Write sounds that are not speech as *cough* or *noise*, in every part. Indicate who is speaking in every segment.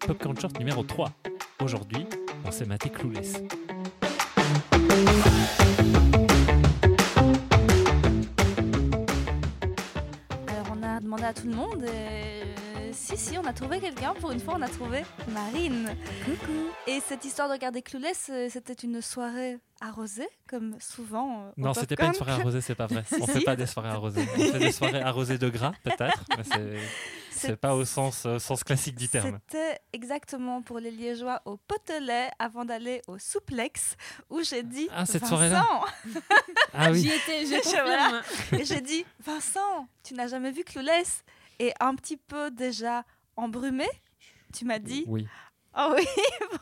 Speaker 1: Popcorn Short numéro 3. Aujourd'hui, on s'est maté Clueless.
Speaker 2: Alors on a demandé à tout le monde. et, euh, si, si, on a trouvé quelqu'un. Pour une fois, on a trouvé Marine. Coucou. Et cette histoire de regarder Clueless, euh, c'était une soirée arrosée, comme souvent. euh, au
Speaker 1: Non, c'était pas une
Speaker 2: popcorn.
Speaker 1: soirée arrosée, c'est pas
Speaker 2: *laughs*
Speaker 1: vrai. On
Speaker 2: Si.
Speaker 1: fait pas des soirées arrosées. On fait des soirées arrosées de gras, peut-être, mais c'est- c'est
Speaker 2: C'est-
Speaker 1: pas au sens, euh, sens classique du terme.
Speaker 2: C'était exactement pour les Liégeois au Potelet avant d'aller au Souplex où j'ai dit
Speaker 1: Ah, cette soirée-là.
Speaker 2: Vincent
Speaker 1: Ah
Speaker 3: J'y
Speaker 1: oui,
Speaker 3: étais, je *laughs*
Speaker 2: Je-
Speaker 3: confirme.
Speaker 2: voilà. *laughs* et j'ai dit Vincent, tu n'as jamais vu Clueless et un petit peu déjà embrumé. Tu m'as dit
Speaker 1: oui.
Speaker 2: oh oui.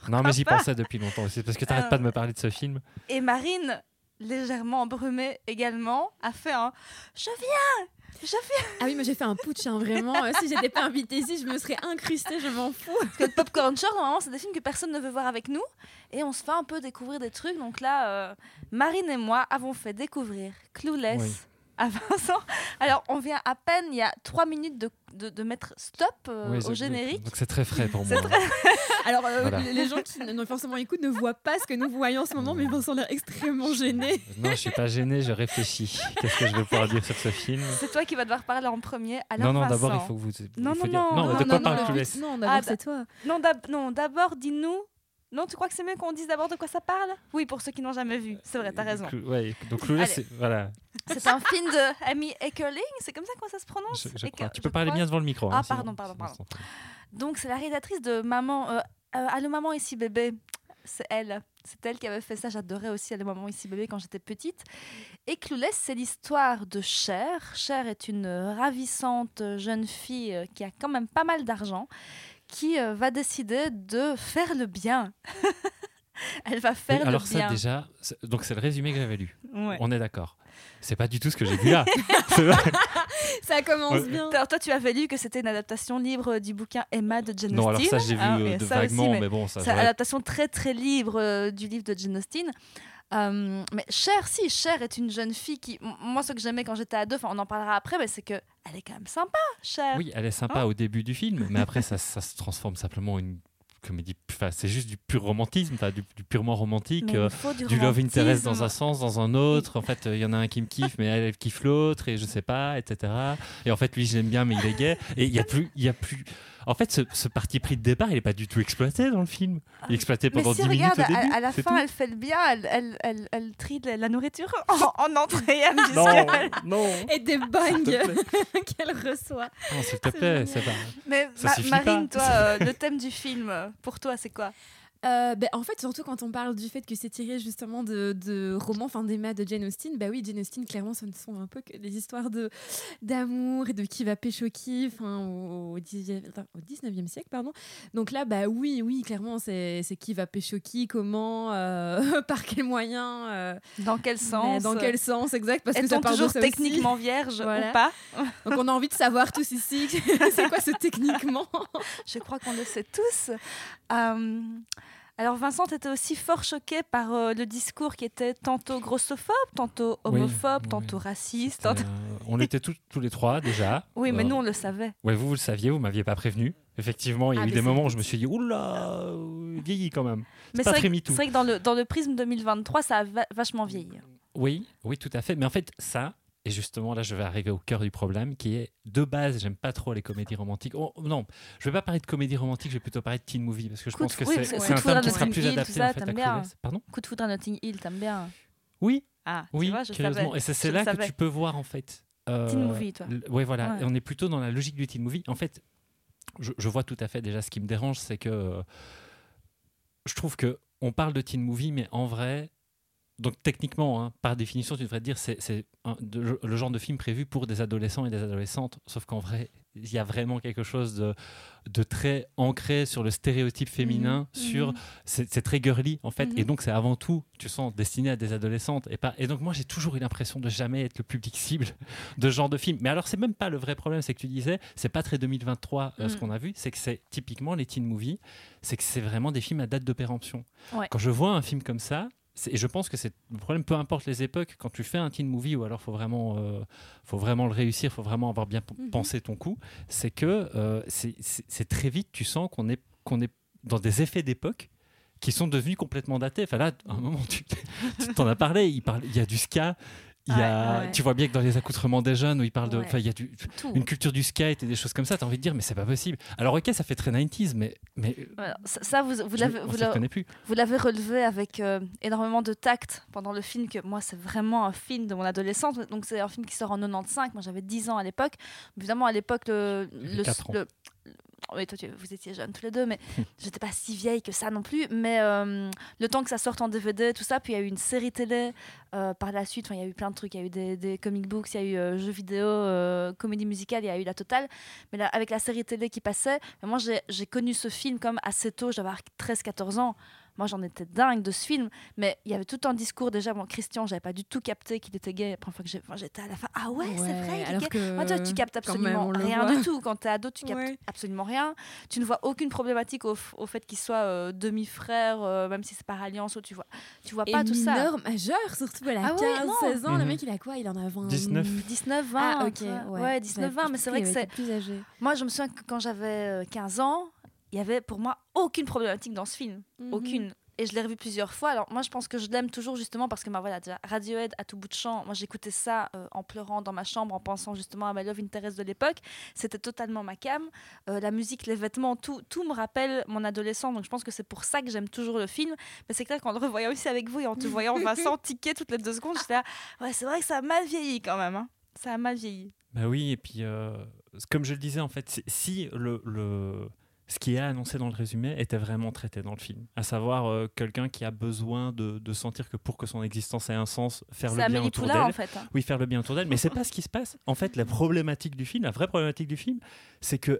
Speaker 1: Non, mais j'y
Speaker 2: pas
Speaker 1: pensais depuis longtemps aussi, parce que t'arrêtes pas de me parler de ce film.
Speaker 2: Et Marine, légèrement embrumée également, a fait un je viens, je viens.
Speaker 3: Ah oui, mais j'ai fait un putsch, hein, vraiment. Euh, si j'étais pas invitée ici, je me serais incrustée, je m'en fous.
Speaker 2: Parce que le Popcorn Short, normalement, c'est des films que personne ne veut voir avec nous. Et on se fait un peu découvrir des trucs. Donc là, euh, Marine et moi avons fait découvrir Clueless
Speaker 1: Oui.
Speaker 2: à Vincent. Alors, on vient à peine, il y a trois minutes de, de- de mettre stop euh,
Speaker 1: Oui,
Speaker 2: au
Speaker 1: je-
Speaker 2: générique.
Speaker 1: Donc c'est très frais pour moi.
Speaker 3: Alors, euh,
Speaker 1: Voilà.
Speaker 3: les les gens qui ne- non, forcément écoutent ne voient pas ce que nous voyons en ce moment, mais Vincent a l'air extrêmement gêné.
Speaker 1: Non, je suis pas gêné, je réfléchis. Qu'est-ce que je vais pouvoir dire sur ce film
Speaker 2: C'est toi qui vas devoir parler en premier. Alors,
Speaker 1: Non, non, d'abord, il
Speaker 2: Vincent.
Speaker 1: faut que vous. il
Speaker 2: Non,
Speaker 1: faut
Speaker 2: non,
Speaker 1: dire-
Speaker 2: non,
Speaker 1: de quoi
Speaker 2: non,
Speaker 1: parle
Speaker 2: non.
Speaker 1: Clueless
Speaker 3: Non,
Speaker 2: d'abord, Ah, bah-
Speaker 3: c'est toi.
Speaker 2: Non, d'ab- non, d'abord, dis-nous. Non, tu crois que c'est mieux qu'on dise d'abord de quoi ça parle Oui, pour ceux qui n'ont jamais vu. C'est vrai, t'as raison.
Speaker 1: Clou- ouais, donc Clueless,
Speaker 2: Allez.
Speaker 1: c'est- voilà.
Speaker 2: C'est un film de Amy Eckerling, c'est comme ça qu'on ça se prononce
Speaker 1: je- je
Speaker 2: Ecker-
Speaker 1: crois. Tu
Speaker 2: je
Speaker 1: peux parler
Speaker 2: crois.
Speaker 1: bien devant le micro. hein,
Speaker 2: Ah,
Speaker 1: sinon-
Speaker 2: pardon, pardon,
Speaker 1: sinon
Speaker 2: pardon.
Speaker 1: c'est-
Speaker 2: Donc c'est la réalisatrice de Maman, euh, euh, Allô Maman ici bébé. C'est elle. C'est elle qui avait fait ça. J'adorais aussi Allô Maman ici bébé quand j'étais petite. Et Clueless, c'est l'histoire de Cher. Cher est une euh, ravissante jeune fille euh, qui a quand même pas mal d'argent, qui euh, va décider de faire le bien. *laughs* elle va
Speaker 1: Oui,
Speaker 2: faire le
Speaker 1: alors ça
Speaker 2: bien.
Speaker 1: déjà, c'est- donc c'est le résumé que j'avais lu.
Speaker 2: Ouais.
Speaker 1: On est d'accord. C'est pas du tout ce que j'ai vu
Speaker 2: *laughs*
Speaker 1: là. C'est vrai.
Speaker 3: Ça commence
Speaker 1: Ouais.
Speaker 3: bien.
Speaker 2: Alors toi, tu avais lu que c'était une adaptation libre du bouquin Emma de Jane
Speaker 1: non, alors
Speaker 2: Austen.
Speaker 1: ça j'ai vu
Speaker 2: Ah,
Speaker 1: euh,
Speaker 2: oui,
Speaker 1: de
Speaker 2: ça aussi,
Speaker 1: vaguement,
Speaker 2: mais-
Speaker 1: mais bon, ça.
Speaker 2: C'est une
Speaker 1: j'aurais-
Speaker 2: adaptation très très libre euh, du livre de Jane Austen. Euh, mais Cher, si, Cher est une jeune fille qui. m- Moi, ce que j'aimais quand j'étais ado, enfin, on en parlera après, mais c'est que elle est quand même sympa, Cher.
Speaker 1: Oui, elle est sympa
Speaker 2: Oh.
Speaker 1: au début du film, mais après ça, ça se transforme simplement en une comédie. Enfin, c'est juste du pur romantisme, t'as du, du purement romantique.
Speaker 2: Mais il
Speaker 1: euh,
Speaker 2: faut
Speaker 1: du love interest dans
Speaker 2: romantisme.
Speaker 1: un sens, dans un autre. En fait, euh, il y en a un qui me kiffe, mais elle, elle kiffe l'autre, et je sais pas, etc. Et en fait, lui, je l'aime bien, mais il est gay. Et il y a plus, il y a plus. En fait, ce, ce parti pris de départ, il est pas du tout exploité dans le film. Il est exploité
Speaker 2: Mais
Speaker 1: pendant
Speaker 2: si,
Speaker 1: 10
Speaker 2: regarde,
Speaker 1: minutes au
Speaker 2: à-
Speaker 1: début.
Speaker 2: à, la
Speaker 1: c'est
Speaker 2: fin,
Speaker 1: tout.
Speaker 2: elle fait le bien, elle, elle, elle, elle trie de la nourriture *laughs* en, en entrée, elle me dit
Speaker 1: Non,
Speaker 2: que-
Speaker 1: non.
Speaker 3: Et des
Speaker 1: S'il
Speaker 3: bangs
Speaker 1: te plaît,
Speaker 3: *laughs* qu'elle reçoit.
Speaker 1: Non, Oh, s'il te
Speaker 3: C'est
Speaker 1: plaît,
Speaker 3: génial.
Speaker 1: c'est pas.
Speaker 2: Mais
Speaker 1: Ça
Speaker 2: Ma-
Speaker 1: suffit
Speaker 2: Marine,
Speaker 1: pas.
Speaker 2: toi, euh, le thème du film, euh, pour toi, c'est quoi
Speaker 3: Euh, ben, en fait, surtout quand on parle du fait que c'est tiré justement de, de romans, enfin d'Emma de Jane Austen, bah oui, Jane Austen, clairement, ce ne sont un peu que des histoires de d'amour et de qui va pécho qui, enfin au, au 19e attends, au 19e siècle, pardon. Donc là, bah oui, oui, clairement, c'est c'est qui va pécho qui, comment, euh, *laughs* par quel moyen, euh,
Speaker 2: Dans quel sens
Speaker 3: dans quel sens exact, parce que ça
Speaker 2: Est-on
Speaker 3: parle de
Speaker 2: toujours
Speaker 3: ça aussi.
Speaker 2: techniquement vierge
Speaker 3: Voilà.
Speaker 2: ou pas
Speaker 3: Donc on a envie de savoir tous ici, *laughs* c'est quoi ce techniquement
Speaker 2: Je crois qu'on le sait tous. Euh, alors Vincent, tu étais aussi fort choqué par euh, le discours qui était tantôt grossophobe, tantôt
Speaker 1: Oui,
Speaker 2: homophobe,
Speaker 1: oui.
Speaker 2: tantôt raciste.
Speaker 1: C'était,
Speaker 2: tantôt-
Speaker 1: euh, on l'était tous, tous les trois déjà.
Speaker 2: Oui, mais
Speaker 1: Euh,
Speaker 2: nous, on le savait.
Speaker 1: Ouais, vous, vous le saviez, vous m'aviez pas prévenu. Effectivement, il y a
Speaker 3: Ah,
Speaker 1: eu
Speaker 3: mais
Speaker 1: des
Speaker 3: c'est-
Speaker 1: moments où je me suis dit, oula, euh, vieilli quand même.
Speaker 2: Mais
Speaker 1: pas
Speaker 2: c'est
Speaker 1: très
Speaker 2: vrai, que-
Speaker 1: MeToo.
Speaker 2: c'est vrai que dans le, dans le prisme 2023, ça a va- vachement vieilli.
Speaker 1: Oui, oui, tout à fait. Mais en fait, ça, et justement là, je vais arriver au cœur du problème, qui est de base, j'aime pas trop les comédies romantiques. Oh, non, je vais pas parler de comédie romantique, je vais plutôt parler de teen movie parce que je
Speaker 2: Coup de
Speaker 1: pense que
Speaker 2: fou- oui,
Speaker 1: c'est
Speaker 2: parce
Speaker 3: que
Speaker 1: c'est
Speaker 3: Coup
Speaker 1: un terme
Speaker 3: de foudre
Speaker 1: qui
Speaker 3: de
Speaker 1: sera
Speaker 2: Notting
Speaker 1: plus
Speaker 2: Hill, tout
Speaker 1: adapté
Speaker 2: ça,
Speaker 1: en fait à
Speaker 2: t'aimes bien.
Speaker 1: Clueless. Pardon
Speaker 2: Coup de foudre à Notting Hill, t'aimes bien
Speaker 1: Oui,
Speaker 2: Ah, tu
Speaker 1: oui,
Speaker 2: vois, je savais.
Speaker 1: curieusement. Et c'est- c'est
Speaker 2: Je
Speaker 1: là
Speaker 2: le
Speaker 1: que
Speaker 2: savais.
Speaker 1: tu peux voir en fait. euh,
Speaker 2: Teen movie, toi.
Speaker 1: l- Ouais, voilà.
Speaker 2: Ouais.
Speaker 1: Et on est plutôt dans la logique du teen movie. En fait, je, je vois tout à fait déjà ce qui me dérange, c'est que euh, je trouve que on parle de teen movie, mais en vrai, donc techniquement, hein, par définition, tu devrais te dire c'est c'est un- de- le genre de film prévu pour des adolescents et des adolescentes. Sauf qu'en vrai, il y a vraiment quelque chose de, de très ancré sur le stéréotype féminin,
Speaker 2: Mm.
Speaker 1: sur c'est c'est très girly en fait
Speaker 2: Mhm.
Speaker 1: et donc c'est avant tout tu sens destiné à des adolescentes et pas et donc moi j'ai toujours eu l'impression de jamais être le public cible de ce genre de film mais alors c'est même pas le vrai problème c'est que tu disais c'est pas très 2023 euh, ce
Speaker 2: Mhm.
Speaker 1: qu'on a vu c'est que c'est typiquement les teen movies c'est que c'est vraiment des films à date de péremption
Speaker 2: Ouais.
Speaker 1: quand je vois un film comme ça c'est- et je pense que c'est le problème, peu importe les époques, quand tu fais un teen movie, ou alors faut vraiment, euh, faut vraiment le réussir, faut vraiment avoir bien p-
Speaker 3: Mhm.
Speaker 1: pensé ton coup, c'est que euh, c'est- c'est c'est très vite, tu sens qu'on est, qu'on est dans des effets d'époque qui sont devenus complètement datés. Enfin là, à un moment, tu tu t'en as parlé, il, parle, il y a du ska, il y a,
Speaker 2: Ouais, ouais.
Speaker 1: tu vois bien que dans les accoutrements des jeunes, où il parle de,
Speaker 2: Ouais.
Speaker 1: enfin, il y a du,
Speaker 2: Tout.
Speaker 1: une culture du skate et des choses comme ça, t'as envie de dire, mais c'est pas possible. Alors ok, ça fait très 90s, mais... mais
Speaker 2: Voilà, ça, ça, vous, vous
Speaker 1: je-
Speaker 2: l'avez-
Speaker 1: on
Speaker 2: vous
Speaker 1: s'y
Speaker 2: l'a-
Speaker 1: reconnaît plus.
Speaker 2: vous l'avez relevé avec euh, énormément de tact pendant le film, que moi c'est vraiment un film de mon adolescence. Donc c'est un film qui sort en 95, moi j'avais 10 ans à l'époque. Évidemment à l'époque le...
Speaker 1: J'avais
Speaker 2: le,
Speaker 1: quatre ans.
Speaker 2: le- le- oui, toi, tu- vous étiez jeunes tous les
Speaker 1: *laughs*
Speaker 2: deux, mais j'étais pas si vieille que ça non plus. Mais euh, le temps que ça sorte en DVD, tout ça, puis il y a eu une série télé euh, par la suite. Enfin, il y a eu plein de trucs. Il y a eu des, des comic books, il y a eu euh, jeux vidéo, euh, comédie musicale, il y a eu la totale. Mais là, avec la série télé qui passait, ben, moi j'ai j'ai connu ce film comme assez tôt. J'avais 13-14 ans. Moi, j'en étais dingue de ce film, mais il y avait tout un discours déjà. Moi, Christian, j'avais pas du tout capté qu'il était gay. La première fois que j'ai- enfin, j'étais à la fin, ah ouais, c'est vrai, il est gay.
Speaker 3: alors que euh,
Speaker 2: Moi, toi, tu captes
Speaker 3: quand même,
Speaker 2: absolument
Speaker 3: on le
Speaker 2: rien
Speaker 3: voit.
Speaker 2: du tout. Quand t'es ado, tu captes
Speaker 3: Ouais.
Speaker 2: absolument rien. Tu ne vois aucune problématique au, f- au fait qu'il soit euh, demi-frère, euh, même si c'est par alliance, ou tu vois, tu vois
Speaker 3: Et
Speaker 2: pas tout ça.
Speaker 3: mineur, majeur, surtout elle a
Speaker 2: Ah ouais,
Speaker 3: 15,
Speaker 2: non.
Speaker 3: 16 ans. Le
Speaker 1: Mhm.
Speaker 3: mec, il a quoi Il en a 20.
Speaker 1: 19.
Speaker 2: 19, 20,
Speaker 3: Ah, ok.
Speaker 2: tu
Speaker 3: Ouais,
Speaker 2: vois. ouais, 19, 20, mais c'est vrai que c'est.
Speaker 3: plus âgé.
Speaker 2: Moi, je me souviens que quand j'avais euh, 15 ans, il y avait pour moi aucune problématique dans ce film. Aucune. Et je l'ai revu plusieurs fois. Alors, moi, je pense que je l'aime toujours justement parce que, bah, voilà, déjà, Radiohead à tout bout de champ, moi, j'écoutais ça euh, en pleurant dans ma chambre, en pensant justement à My Love Interest de l'époque. C'était totalement ma cam. Euh, la musique, les vêtements, tout, tout me rappelle mon adolescent. Donc, je pense que c'est pour ça que j'aime toujours le film. Mais c'est clair qu'en le revoyant aussi avec vous et en te voyant, Vincent, tiquer toutes les deux secondes, j'étais là, ouais, c'est vrai que ça a mal vieilli quand même. hein. Ça a mal vieilli.
Speaker 1: Bah oui, et puis euh, comme je le disais en fait, c'est- si le, le- ce qui est annoncé dans le résumé était vraiment traité dans le film, à savoir euh, quelqu'un qui a besoin de, de sentir que pour que son existence ait un sens, faire
Speaker 2: C'est
Speaker 1: le bien
Speaker 2: Amélie
Speaker 1: autour
Speaker 2: Poulain, en
Speaker 1: d'elle.
Speaker 2: fait. hein.
Speaker 1: Oui, faire le bien autour d'elle, mais c'est pas ce qui se passe. En fait, la problématique du film, la vraie problématique du film, c'est que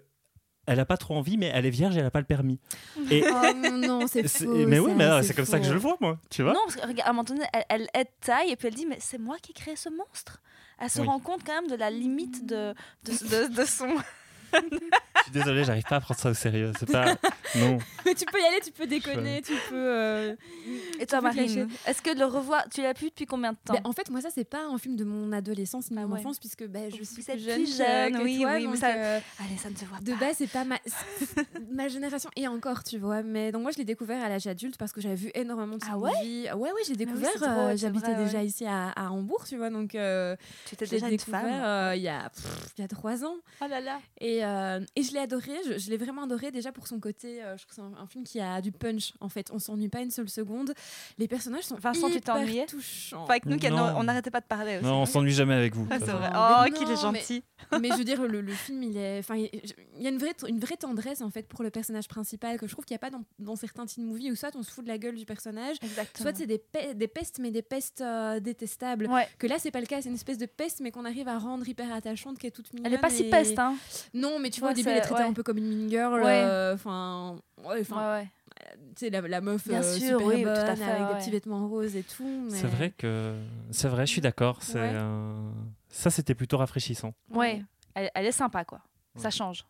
Speaker 1: elle a pas trop envie, mais elle est vierge, et elle a pas le permis. Et
Speaker 2: *laughs*
Speaker 3: Oh non,
Speaker 1: *laughs*
Speaker 3: c'est
Speaker 1: c'est-
Speaker 3: faux.
Speaker 1: mais oui,
Speaker 3: ça,
Speaker 1: mais alors, c'est comme ça que je
Speaker 3: faux.
Speaker 1: le vois moi, tu vois.
Speaker 2: non, parce qu'à un moment donné, elle, elle aide taille et puis elle dit Mais c'est moi qui ai créé ce monstre. Elle se
Speaker 1: Oui.
Speaker 2: rend compte quand même de la limite de, *laughs* de, de- de son.
Speaker 1: Je suis désolé, j'arrive pas à prendre ça au sérieux. C'est
Speaker 2: *laughs*
Speaker 1: pas non.
Speaker 3: Mais tu peux y aller, tu peux déconner, tu peux. euh,
Speaker 2: Et toi,
Speaker 3: peux te lâcher.
Speaker 2: Marine, est-ce que le revoir, tu l'as pu depuis combien de temps
Speaker 3: Ben, en fait, moi, ça, c'est pas un film de mon adolescence ni de
Speaker 2: Ah
Speaker 3: mon
Speaker 2: ouais.
Speaker 3: enfance, puisque ben, je
Speaker 2: Vous
Speaker 3: suis
Speaker 2: êtes
Speaker 3: plus jeune,
Speaker 2: plus
Speaker 3: que-
Speaker 2: jeune,
Speaker 3: que
Speaker 2: oui,
Speaker 3: toi,
Speaker 2: oui, mais
Speaker 3: donc,
Speaker 2: ça- *laughs*
Speaker 3: euh,
Speaker 2: Allez, ça ne se voit pas.
Speaker 3: de base, c'est pas ma... *laughs* ma génération. Et encore, tu vois. Mais donc, moi, je l'ai découvert à l'âge adulte parce que j'avais vu énormément de
Speaker 2: Ah
Speaker 3: films
Speaker 2: ouais
Speaker 3: vie. Ouais, ouais, j'ai découvert.
Speaker 2: c'est drôle,
Speaker 3: euh,
Speaker 2: c'est
Speaker 3: J'habitais
Speaker 2: vrai,
Speaker 3: déjà
Speaker 2: ouais.
Speaker 3: ici à, à Hambourg, tu vois. Donc, euh,
Speaker 2: tu étais
Speaker 3: je l'ai
Speaker 2: déjà une femme.
Speaker 3: découvert euh, il y a pff, il y a trois ans.
Speaker 2: Oh là là.
Speaker 3: Et, euh, et je l'ai adoré, je, je l'ai vraiment adoré déjà pour son côté. euh, je trouve que c'est un, un film qui a du punch en fait. On s'ennuie pas une seule seconde. Les personnages sont
Speaker 2: Vincent, tu
Speaker 3: hyper
Speaker 2: t'ennuyais
Speaker 3: touchants.
Speaker 2: Enfin, avec nous, qu'elle-
Speaker 1: Non.
Speaker 2: on n'arrêtait pas de parler aussi.
Speaker 1: Non, on s'ennuie jamais avec vous.
Speaker 2: Ah,
Speaker 1: de
Speaker 2: c'est
Speaker 1: toute façon.
Speaker 2: vrai.
Speaker 3: Non,
Speaker 2: Oh,
Speaker 3: mais
Speaker 2: qu'il est
Speaker 3: non, mais-
Speaker 2: gentil. *laughs*
Speaker 3: Mais je veux dire, le, le film, il est, enfin, il il y a une vraie, une vraie tendresse en fait pour le personnage principal que je trouve qu'il n'y a pas dans, dans certains teen movies où soit on se fout de la gueule du personnage,
Speaker 2: Exactement.
Speaker 3: soit c'est des, pe- des pestes mais des pestes euh, détestables.
Speaker 2: Ouais.
Speaker 3: Que là, c'est pas le cas, c'est une espèèce de peste mais qu'on arrive à rendre hyper attachante, qui est toute mignonne.
Speaker 2: Elle est pas si
Speaker 3: et-
Speaker 2: peste, hein
Speaker 3: Non, mais tu vois,
Speaker 2: Ouais,
Speaker 3: au début,
Speaker 2: c'est-
Speaker 3: elle est traitée
Speaker 2: ouais.
Speaker 3: un peu comme une mean girl.
Speaker 2: Ouais.
Speaker 3: euh, Enfin, ouais, enfin,
Speaker 2: Ouais, ouais.
Speaker 3: tu sais, la, la meuf
Speaker 2: Bien
Speaker 3: euh,
Speaker 2: sûr,
Speaker 3: super
Speaker 2: oui, tout
Speaker 3: bonne,
Speaker 2: à fait,
Speaker 3: avec des
Speaker 2: ouais.
Speaker 3: petits vêtements roses et tout. mais-
Speaker 1: C'est vrai que c'est vrai, je suis d'accord. C'est
Speaker 3: Ouais.
Speaker 1: euh, ça, c'était plutôt rafraîchissant.
Speaker 2: Ouais, elle, elle est sympa, quoi. Ça
Speaker 1: Ouais.
Speaker 2: change.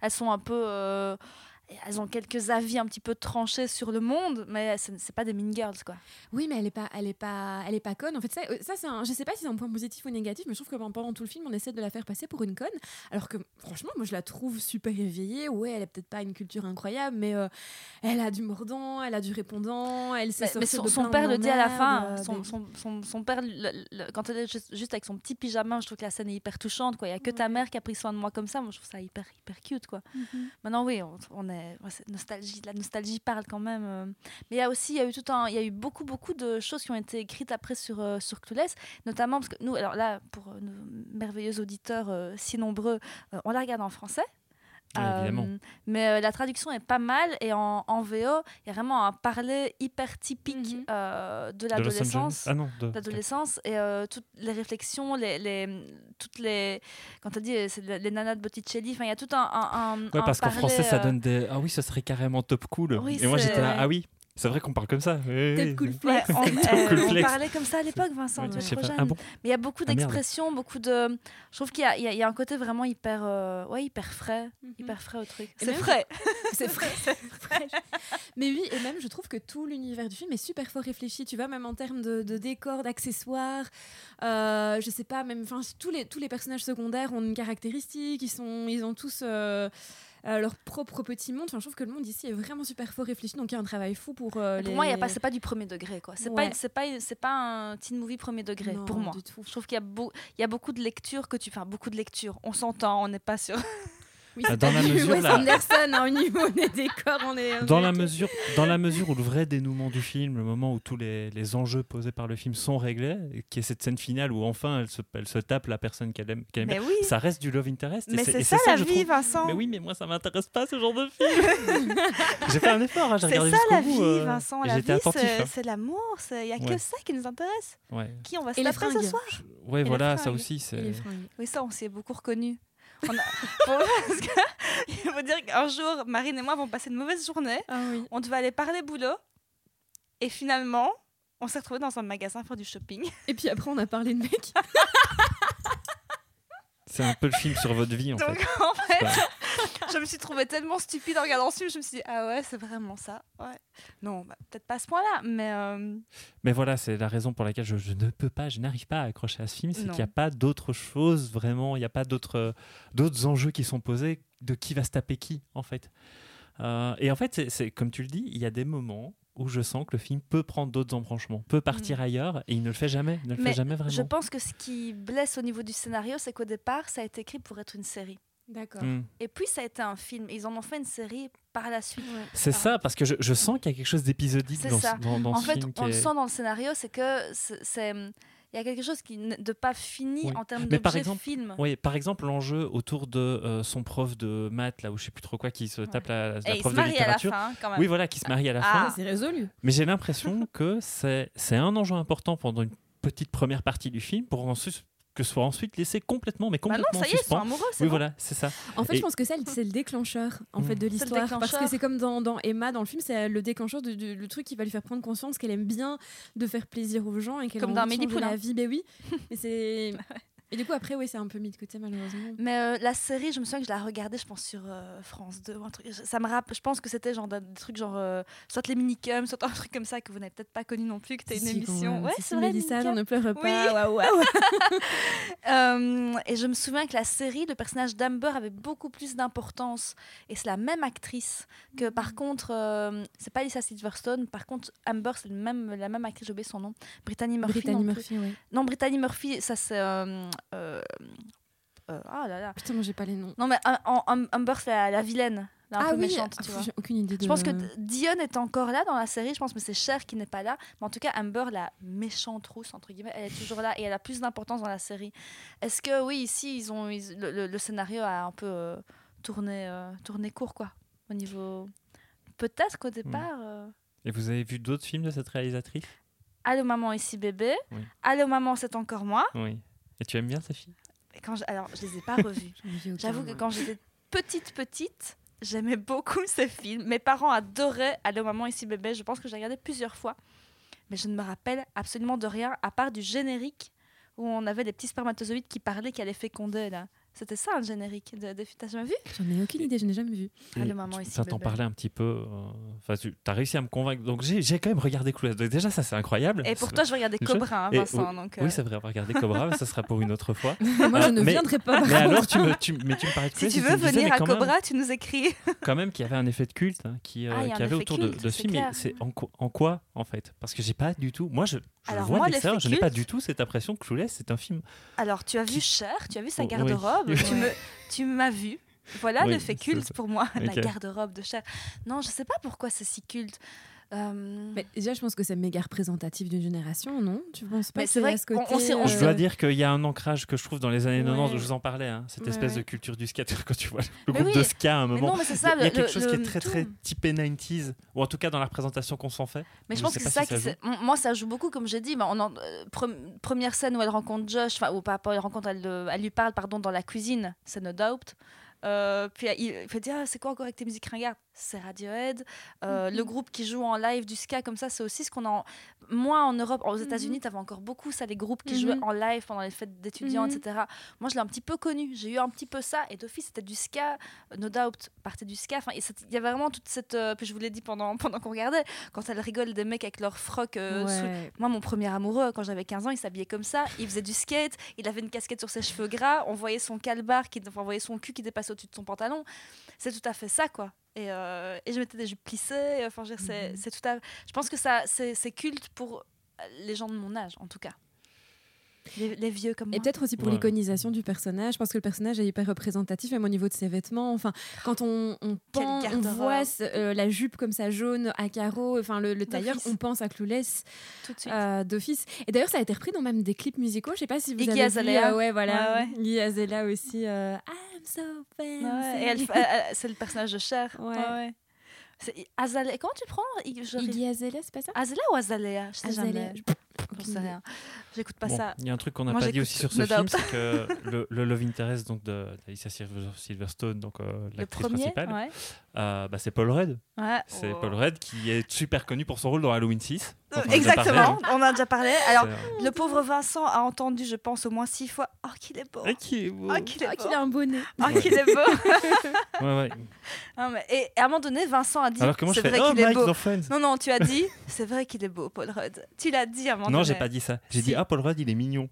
Speaker 2: Elles sont un peu. euh, Elles ont quelques avis un petit peu tranchés sur le monde, mais c'est c'est pas des mean girls, quoi.
Speaker 3: Oui, mais elle est pas, elle est pas, elle est pas conne. En fait, ça, euh, ça c'est un, je sais pas si c'est un point positif ou négatif, mais je trouve que ben, pendant tout le film, on essaie de la faire passer pour une conne, alors que franchement, moi, je la trouve super éveillée. Ouais, elle a peut-être pas une culture incroyable, mais euh, elle a du mordant, elle a du répondant, elle sait
Speaker 2: Bah, Mais, mais
Speaker 3: sortir
Speaker 2: son,
Speaker 3: de
Speaker 2: son
Speaker 3: plein
Speaker 2: père le dit à la fin.
Speaker 3: d'emmerdes,
Speaker 2: Son,
Speaker 3: des-
Speaker 2: son- son- son père, le- le- quand elle est juste, juste avec son petit pyjama, je trouve que la scène est hyper touchante. quoi. Il n'y a que ta mère qui a pris soin de moi comme ça. Moi, je trouve ça hyper, hyper cute. quoi.
Speaker 3: Mm-hmm.
Speaker 2: Maintenant, oui, on, on est, ouais, cette nostalgie, la nostalgie parle quand même. euh. Mais il y a aussi, il y a eu tout un, il y a eu beaucoup, beaucoup de choses qui ont été écrites après sur euh, sur Clueless, notamment parce que nous, alors là, pour euh, nos merveilleux auditeurs euh, si nombreux, euh, on la regarde en français.
Speaker 1: Ouais, évidemment.
Speaker 2: Mais euh, la traduction est pas mal et en, en VO, il y a vraiment un parler hyper typique
Speaker 3: Mhm.
Speaker 2: euh, de
Speaker 1: De Los Angeles.
Speaker 2: l'adolescence
Speaker 1: Ah non. De...
Speaker 2: d'adolescence et euh, toutes les réflexions, les, les- toutes les. Quand tu dit euh, c'est les, les nanas de Botticelli, enfin, il y a tout un. un, un-
Speaker 1: Ouais,
Speaker 2: un
Speaker 1: parce qu'en
Speaker 2: parler,
Speaker 1: français, ça
Speaker 2: euh,
Speaker 1: donne des. Ah oui, ce serait carrément top cool.
Speaker 2: Oui,
Speaker 1: Et moi,
Speaker 2: c'est-
Speaker 1: j'étais là.
Speaker 2: ouais.
Speaker 1: Ah oui, C'est vrai qu'on parle comme ça. Oui,
Speaker 3: Peut-être
Speaker 1: oui.
Speaker 3: cool
Speaker 1: *laughs*
Speaker 2: Ouais,
Speaker 3: flex.
Speaker 2: on, euh,
Speaker 1: Peut-être
Speaker 2: on
Speaker 1: complexe.
Speaker 2: parlait comme ça à l'époque, Vincent.
Speaker 1: Ouais,
Speaker 2: on
Speaker 1: je
Speaker 2: est
Speaker 1: sais
Speaker 2: trop
Speaker 1: pas.
Speaker 2: jeunes.
Speaker 1: Ah bon
Speaker 2: Mais il y a beaucoup
Speaker 1: Ah, merde.
Speaker 2: d'expressions, beaucoup de. Je trouve qu'il y a, il y a- il y a un côté vraiment hyper, euh, ouais, hyper frais,
Speaker 1: Mm.
Speaker 2: hyper frais au truc.
Speaker 3: Et
Speaker 2: C'est
Speaker 3: même-
Speaker 2: *laughs* frais.
Speaker 3: C'est frais. Mais oui, et même je trouve que tout l'univers du film est super fort réfléchi, tu vois, même en termes de, de décors, d'accessoires, euh, je sais pas, même, enfin, tous les, tous les personnages secondaires ont une caractéristique, ils, sont, ils ont tous euh, euh, leur propre petit monde, enfin, je trouve que le monde ici est vraiment super fort réfléchi, donc il y a un travail fou pour euh,
Speaker 2: Pour
Speaker 3: les-
Speaker 2: moi, il y a pas, c'est pas du premier degré, quoi. C'est
Speaker 3: Ouais.
Speaker 2: pas, une- c'est pas, une- c'est pas un teen movie premier degré
Speaker 3: Non,
Speaker 2: pour moi.
Speaker 3: du tout.
Speaker 2: Je trouve qu'il y a beau- il y a beaucoup de lectures que tu fais, beaucoup de lectures. On s'entend, on n'est pas *laughs* sûr.
Speaker 3: Oui,
Speaker 1: Bah,
Speaker 3: c'est
Speaker 1: dans
Speaker 3: pas
Speaker 1: la
Speaker 3: du
Speaker 1: mesure,
Speaker 3: Wes
Speaker 1: là-
Speaker 3: Anderson, hein, au niveau des décors, on est...
Speaker 1: Dans la, mesure, dans la mesure où le vrai dénouement du film, le moment où tous les, les enjeux posés par le film sont réglés, et qui est cette scène finale où enfin elle se, elle se tape la personne qu'elle aime, qu'elle aime
Speaker 2: Mais oui.
Speaker 1: bien, ça reste du love interest. et
Speaker 2: Mais
Speaker 1: c'est-
Speaker 2: c'est
Speaker 1: et
Speaker 2: ça, la
Speaker 1: je
Speaker 2: vie,
Speaker 1: trouve-
Speaker 2: Vincent.
Speaker 1: Mais oui, mais moi ça m'intéresse pas ce genre de film. *laughs* j'ai fait un effort, hein, j'ai
Speaker 2: C'est ça
Speaker 1: regardé
Speaker 2: la
Speaker 1: jusqu'au
Speaker 2: vie,
Speaker 1: bout. euh,
Speaker 2: Vincent.
Speaker 1: et
Speaker 2: La
Speaker 1: j'étais
Speaker 2: vie,
Speaker 1: attentif.
Speaker 2: c'est
Speaker 1: hein.
Speaker 2: c'est l'amour. c'est- Il n'y a que
Speaker 1: Ouais.
Speaker 2: ça qui nous intéresse.
Speaker 1: Ouais,
Speaker 2: Qui on va se
Speaker 3: Et les
Speaker 2: taper ce
Speaker 3: fringues.
Speaker 2: soir
Speaker 1: ouais
Speaker 2: la
Speaker 1: voilà, ça
Speaker 2: fringue.
Speaker 1: aussi c'est.
Speaker 3: Les fringues.
Speaker 2: Oui, ça, on s'y est beaucoup reconnus. On a- *laughs* Pour- parce que- *laughs* il faut dire qu'un jour, Marine et moi avons passé une mauvaise journée.
Speaker 3: Ah oui.
Speaker 2: On devait aller parler boulot. Et finalement, on s'est retrouvés dans un magasin faire du shopping.
Speaker 3: Et puis après, on a parlé de mec.
Speaker 1: C'est un peu le film sur votre vie en
Speaker 2: Donc,
Speaker 1: fait.
Speaker 2: en fait,
Speaker 1: Ouais.
Speaker 2: *laughs* je me suis trouvée tellement stupide en regardant ce film. Je me suis dit, ah ouais, c'est vraiment ça. Ouais. Non, bah, peut-être pas à ce point-là, mais euh,
Speaker 1: Mais voilà, c'est la raison pour laquelle je, je ne peux pas, je n'arrive pas à accrocher à ce film, c'est
Speaker 2: Non.
Speaker 1: qu'il n'y a pas d'autre chose vraiment, il n'y a pas d'autres euh, d'autres enjeux qui sont posés de qui va se taper qui en fait. Euh, et en fait, c'est- c'est comme tu le dis, il y a des moments où je sens que le film peut prendre d'autres embranchements, peut partir ailleurs, et il ne le fait jamais, il ne le
Speaker 2: Mm. Mais
Speaker 1: fait jamais vraiment.
Speaker 2: je pense que ce qui blesse au niveau du scénario, c'est qu'au départ, ça a été écrit pour être une série.
Speaker 3: D'accord.
Speaker 1: Hmm.
Speaker 2: Et puis, ça a été un film. Ils en ont fait une série par la
Speaker 3: Mm.
Speaker 2: suite.
Speaker 1: C'est ça, parce que je, je sens qu'il y a quelque chose d'épisodique
Speaker 2: Ah. C'est
Speaker 1: dans, ce-
Speaker 2: ça.
Speaker 1: dans, dans
Speaker 2: En
Speaker 1: ce
Speaker 2: fait,
Speaker 1: film. qui
Speaker 2: on le
Speaker 1: est-
Speaker 2: sent dans le scénario, c'est que c'est- c'est hum, il y a quelque chose qui n- de pas fini
Speaker 1: Oui.
Speaker 2: en termes
Speaker 1: Mais par
Speaker 2: d'objet
Speaker 1: exemple-
Speaker 2: film.
Speaker 1: Oui, par exemple, l'enjeu autour de euh, son prof de maths, là, ou je sais plus trop quoi, qui se tape la, la
Speaker 2: Et il se
Speaker 1: prof de
Speaker 2: marie à la
Speaker 1: littérature.
Speaker 2: fin, hein, quand même.
Speaker 1: Oui, voilà, qui se marie à la fin.
Speaker 2: Ah.
Speaker 3: C'est résolu.
Speaker 1: Mais j'ai l'impression *laughs* que c'est c'est un enjeu important pendant une petite première partie du film pour ensuite, que ce soit ensuite laissé complètement, mais
Speaker 2: Bah
Speaker 1: complètement
Speaker 2: non,
Speaker 1: en
Speaker 2: ça y est, ils sont
Speaker 1: suspens.
Speaker 2: amoureux, c'est
Speaker 1: Oui,
Speaker 2: bon.
Speaker 1: voilà, c'est ça.
Speaker 3: En fait,
Speaker 1: Et-
Speaker 3: je pense que ça, c'est le déclencheur en
Speaker 1: Mm.
Speaker 3: fait de
Speaker 2: le
Speaker 3: l'histoire, parce que
Speaker 2: déclencheur.
Speaker 3: c'est comme dans, dans Emma, dans le film, c'est le déclencheur du, du- le truc qui va lui faire prendre conscience qu'elle aime bien de faire plaisir aux gens et qu'elle
Speaker 2: Comme
Speaker 3: a
Speaker 2: dans
Speaker 3: envie de
Speaker 2: Amélie
Speaker 3: changer la
Speaker 2: Poulain.
Speaker 3: vie.
Speaker 2: *laughs*
Speaker 3: Ben oui, mais c'est et du coup après, oui, c'est un peu mis de côté malheureusement.
Speaker 2: Mais euh, la série, je me souviens que je la regardais, je pense sur euh, France 2 ou un truc. Je- Ça me rappe, je pense que c'était genre des trucs genre euh, soit les minicums, soit un *laughs* truc comme ça que vous n'avez peut-être pas connu non plus, que t'as
Speaker 3: Si,
Speaker 2: une
Speaker 3: si, quand
Speaker 2: émission.
Speaker 3: même.
Speaker 2: Ouais,
Speaker 3: Si, si,
Speaker 2: c'est vrai.
Speaker 3: Mélissa,
Speaker 2: minicums.
Speaker 3: on ne pleure pas.
Speaker 2: Oui. Ah,
Speaker 3: Waouh, waouh.
Speaker 2: *laughs* Euh, et je me souviens que la série, le personnage d'Amber avait beaucoup plus d'importance. Et c'est la même actrice que,
Speaker 3: Mm.
Speaker 2: par contre, euh, c'est pas Lisa Silverstone. Par contre, Amber, c'est le même, la même actrice, j'ai oublié son nom. Brittany Murphy. non
Speaker 3: Brittany
Speaker 2: plus.
Speaker 3: Murphy, ouais.
Speaker 2: Non, Brittany Murphy, ça c'est. euh, euh, euh, ah là là.
Speaker 3: Putain, moi j'ai pas les noms.
Speaker 2: Non, mais euh, en- en- Amber, c'est la, la vilaine. La un
Speaker 3: Ah
Speaker 2: peu
Speaker 3: oui,
Speaker 2: méchante,
Speaker 3: ah,
Speaker 2: tu
Speaker 3: pff,
Speaker 2: vois.
Speaker 3: j'ai aucune idée. De...
Speaker 2: Je pense que Dion est encore là dans la série, je pense, mais c'est Cher qui n'est pas là. Mais en tout cas, Amber, la méchante rousse, entre guillemets, elle est toujours là et elle a plus d'importance dans la série. Est-ce que, oui, ici, ils ont, ils- le, le- le scénario a un peu euh, tourné, euh, tourné court, quoi, au niveau... Peut-être qu'au départ... euh,
Speaker 1: Et vous avez vu d'autres films de cette réalisatrice
Speaker 2: Allô maman, ici bébé.
Speaker 1: Oui.
Speaker 2: Allô maman, c'est encore moi.
Speaker 1: Oui. Et tu aimes bien sa fille
Speaker 2: Et quand je- Alors, je les ai pas revus. J'avoue que quand j'étais petite, petite, j'aimais beaucoup *laughs* ce film. Mes parents adoraient Allô maman, ici bébé. Je pense que j'ai regardé plusieurs fois. Mais je ne me rappelle absolument de rien, à part du générique où on avait des petits spermatozoïdes qui parlaient, qui allaient féconder. Là. C'était ça, un générique de, de... T'as jamais vu
Speaker 3: j'en ai aucune idée, je n'ai
Speaker 1: *laughs*
Speaker 3: jamais vu.
Speaker 2: Ah, le
Speaker 1: Et
Speaker 2: maman
Speaker 1: tu-
Speaker 2: ici,
Speaker 1: Ça t'en
Speaker 2: bébé.
Speaker 1: parlait un petit peu. euh, Enfin, tu as réussi à me convaincre. Donc j'ai j'ai quand même regardé Clueless. Donc déjà, ça c'est incroyable.
Speaker 2: Et pour toi, je regardais
Speaker 1: Une chose-
Speaker 2: Cobra, hein,
Speaker 1: Et
Speaker 2: Vincent. donc, euh,
Speaker 1: Oui, c'est vrai, regarder Cobra, mais ça sera pour une autre
Speaker 2: *laughs*
Speaker 1: fois.
Speaker 3: Moi, je ne
Speaker 1: Ah, mais-
Speaker 3: viendrai pas.
Speaker 1: Mais alors, tu me, tu, mais tu me parlais de
Speaker 2: Si
Speaker 1: Clueless
Speaker 2: tu
Speaker 1: et
Speaker 2: veux
Speaker 1: me disais,
Speaker 2: venir
Speaker 1: mais
Speaker 2: à
Speaker 1: quand même-
Speaker 2: Cobra, tu nous écris.
Speaker 1: quand même qu'il y avait un effet de culte hein, qui, euh,
Speaker 2: Ah, il y a
Speaker 1: qu'il
Speaker 2: un
Speaker 1: y avait
Speaker 2: effet
Speaker 1: autour de,
Speaker 2: culte,
Speaker 1: de ce
Speaker 2: c'est
Speaker 1: film. Et
Speaker 2: clair.
Speaker 1: c'est en, quoi- en quoi, en fait Parce que j'ai pas du tout. Moi, je, je le
Speaker 2: Alors,
Speaker 1: vois
Speaker 2: moi,
Speaker 1: de l'extérieur,
Speaker 2: l'effet
Speaker 1: je n'ai pas
Speaker 2: culte-
Speaker 1: du tout cette impression que Clueless, c'est un film.
Speaker 2: Alors, tu as vu
Speaker 1: Qui-
Speaker 2: Cher, tu as vu sa
Speaker 1: Oh, oui. *laughs*
Speaker 2: garde-robe, tu
Speaker 3: Oui.
Speaker 2: me, tu m'as vu. Voilà
Speaker 1: Oui,
Speaker 2: le fait
Speaker 1: c'est
Speaker 2: culte
Speaker 1: ça.
Speaker 2: pour moi, *laughs* la
Speaker 1: Ok.
Speaker 2: garde-robe de Cher. Non, je sais pas pourquoi c'est si culte. Euh,
Speaker 3: Mais déjà, je pense que c'est méga représentatif d'une génération, non Tu penses pas
Speaker 2: Mais
Speaker 3: que
Speaker 2: c'est vrai
Speaker 3: à ce
Speaker 2: qu'on- on
Speaker 3: côté
Speaker 2: s'est- on
Speaker 3: euh,
Speaker 2: s'est-
Speaker 1: Je dois dire qu'il y a un ancrage que je trouve dans les années 90,
Speaker 3: Ouais.
Speaker 1: je vous en parlais, hein, cette
Speaker 3: Ouais,
Speaker 1: espèce
Speaker 3: ouais.
Speaker 1: de culture du ska, *laughs* quand tu vois le
Speaker 2: Mais
Speaker 1: groupe
Speaker 2: oui,
Speaker 1: de ska à un
Speaker 2: mais
Speaker 1: moment.
Speaker 2: non, mais c'est
Speaker 1: Il y a-
Speaker 2: ça.
Speaker 1: il y a
Speaker 2: le-
Speaker 1: quelque
Speaker 2: le-
Speaker 1: chose qui
Speaker 2: le
Speaker 1: est très très
Speaker 2: tout.
Speaker 1: typé 90s, ou en tout cas dans la représentation qu'on s'en fait.
Speaker 2: Mais je,
Speaker 1: je
Speaker 2: pense
Speaker 1: sais
Speaker 2: que
Speaker 1: pas
Speaker 2: c'est ça
Speaker 1: si ça
Speaker 2: qui.
Speaker 1: joue.
Speaker 2: c'est- Moi, ça joue beaucoup, comme j'ai dit. bah, on en- euh, pre- première scène où elle rencontre Josh, enfin, ou pas, pas elle rencontre, elle, le- elle lui Euh, parle, pardon, dans la cuisine, c'est no doubt. Euh, puis il, il fait dire, Ah, c'est quoi encore avec tes musiques ringardes c'est Radiohead. Euh, Le groupe qui joue en live du ska comme ça, c'est aussi ce qu'on a en... moins en Europe. Aux États-Unis, t'avais encore beaucoup ça, les groupes qui
Speaker 3: Mhm.
Speaker 2: jouaient en live pendant les fêtes d'étudiants,
Speaker 3: Mhm.
Speaker 2: etc. Moi, je l'ai un petit peu connu. J'ai eu un petit peu ça. Et d'office, c'était du ska. No Doubt partait du ska. Enfin, et c'était- il y avait vraiment toute cette. euh, puis je vous l'ai dit pendant, *laughs* pendant qu'on regardait, quand elle rigole des mecs avec leur froc euh, sous
Speaker 3: Ouais.
Speaker 2: moi, mon premier amoureux, quand j'avais 15 ans, il s'habillait comme ça. Il faisait du skate, il avait une casquette sur ses cheveux gras. On voyait son calbar, qui, enfin, on voyait son cul qui dépassait au-dessus de son pantalon. C'est tout à fait ça, quoi. Et, euh, et je mettais des jupes plissées. Enfin, je veux dire, c'est,
Speaker 3: Mhm.
Speaker 2: c'est tout à. Je pense que ça, c'est, c'est culte pour les gens de mon âge, en tout cas. Les, les vieux comme
Speaker 3: Et
Speaker 2: moi.
Speaker 3: peut-être aussi pour
Speaker 1: Ouais.
Speaker 3: l'iconisation du personnage. Je pense que le personnage est hyper représentatif, même au niveau de ses vêtements. Enfin, quand on, on,
Speaker 2: Quelle
Speaker 3: pend, on
Speaker 2: garde-robe.
Speaker 3: voit ce- euh, la jupe comme ça jaune à carreaux, enfin le, le tailleur,
Speaker 2: D'office.
Speaker 3: on pense à Clouless
Speaker 2: Tout de suite.
Speaker 3: euh, d'office. Et d'ailleurs, ça a été repris dans même des clips musicaux. Je sais pas si vous
Speaker 2: Iggy
Speaker 3: avez
Speaker 2: Azalea.
Speaker 3: vu. euh, ouais, voilà.
Speaker 2: Ouais,
Speaker 3: Iggy Azalea aussi. euh, I'm so fancy.
Speaker 2: Ouais, et elle, fa- elle- elle- c'est le personnage de Cher.
Speaker 3: Ouais.
Speaker 2: C'est Azalea. Comment tu le prends Il- je-
Speaker 3: Iggy Azalea, c'est pas ça
Speaker 2: Azalea ou Azalea Je sais Ah, jamais.
Speaker 3: je-
Speaker 2: J'en
Speaker 3: aucune
Speaker 2: sais
Speaker 3: idée.
Speaker 2: rien. J'écoute pas
Speaker 1: Bon,
Speaker 2: ça.
Speaker 1: Il y a un truc qu'on n'a
Speaker 2: Moi,
Speaker 1: pas dit
Speaker 2: j'écoute
Speaker 1: aussi sur ce
Speaker 2: No
Speaker 1: film,
Speaker 2: Doubt.
Speaker 1: c'est que le, le Love Interest donc de d'Alicia Silver- Silverstone, donc euh,
Speaker 2: Le
Speaker 1: l'actrice
Speaker 2: premier,
Speaker 1: principale,
Speaker 2: ouais.
Speaker 1: euh, bah, c'est Paul Rudd.
Speaker 2: Ouais.
Speaker 1: C'est
Speaker 2: Oh. Euh,
Speaker 1: Paul Rudd qui est super connu pour son rôle dans Halloween 6. dont on a déjà
Speaker 2: Exactement,
Speaker 1: parlé.
Speaker 2: on en a déjà parlé. Alors,
Speaker 1: C'est-
Speaker 2: le pauvre Vincent a entendu, je pense, au moins six fois Oh, qu'il est beau
Speaker 1: Ah, qui est beau.
Speaker 2: Oh, qu'il
Speaker 3: Ah,
Speaker 2: est beau
Speaker 3: qu'il a un bonnet.
Speaker 2: Oh, qu'il est beau
Speaker 1: Ouais, ouais.
Speaker 2: Non, mais- Et et à un moment donné, Vincent a dit
Speaker 1: Alors que moi je
Speaker 2: C'est
Speaker 1: fais
Speaker 2: vrai
Speaker 1: Oh
Speaker 2: qu'il est
Speaker 1: Mike
Speaker 2: beau.
Speaker 1: dans Friends.
Speaker 2: Non, non, tu as dit C'est vrai qu'il est beau, Paul Rudd. Tu l'as dit à un moment
Speaker 1: Non,
Speaker 2: donné.
Speaker 1: j'ai pas dit ça. J'ai
Speaker 2: Si.
Speaker 1: dit Ah Paul Rudd il est mignon.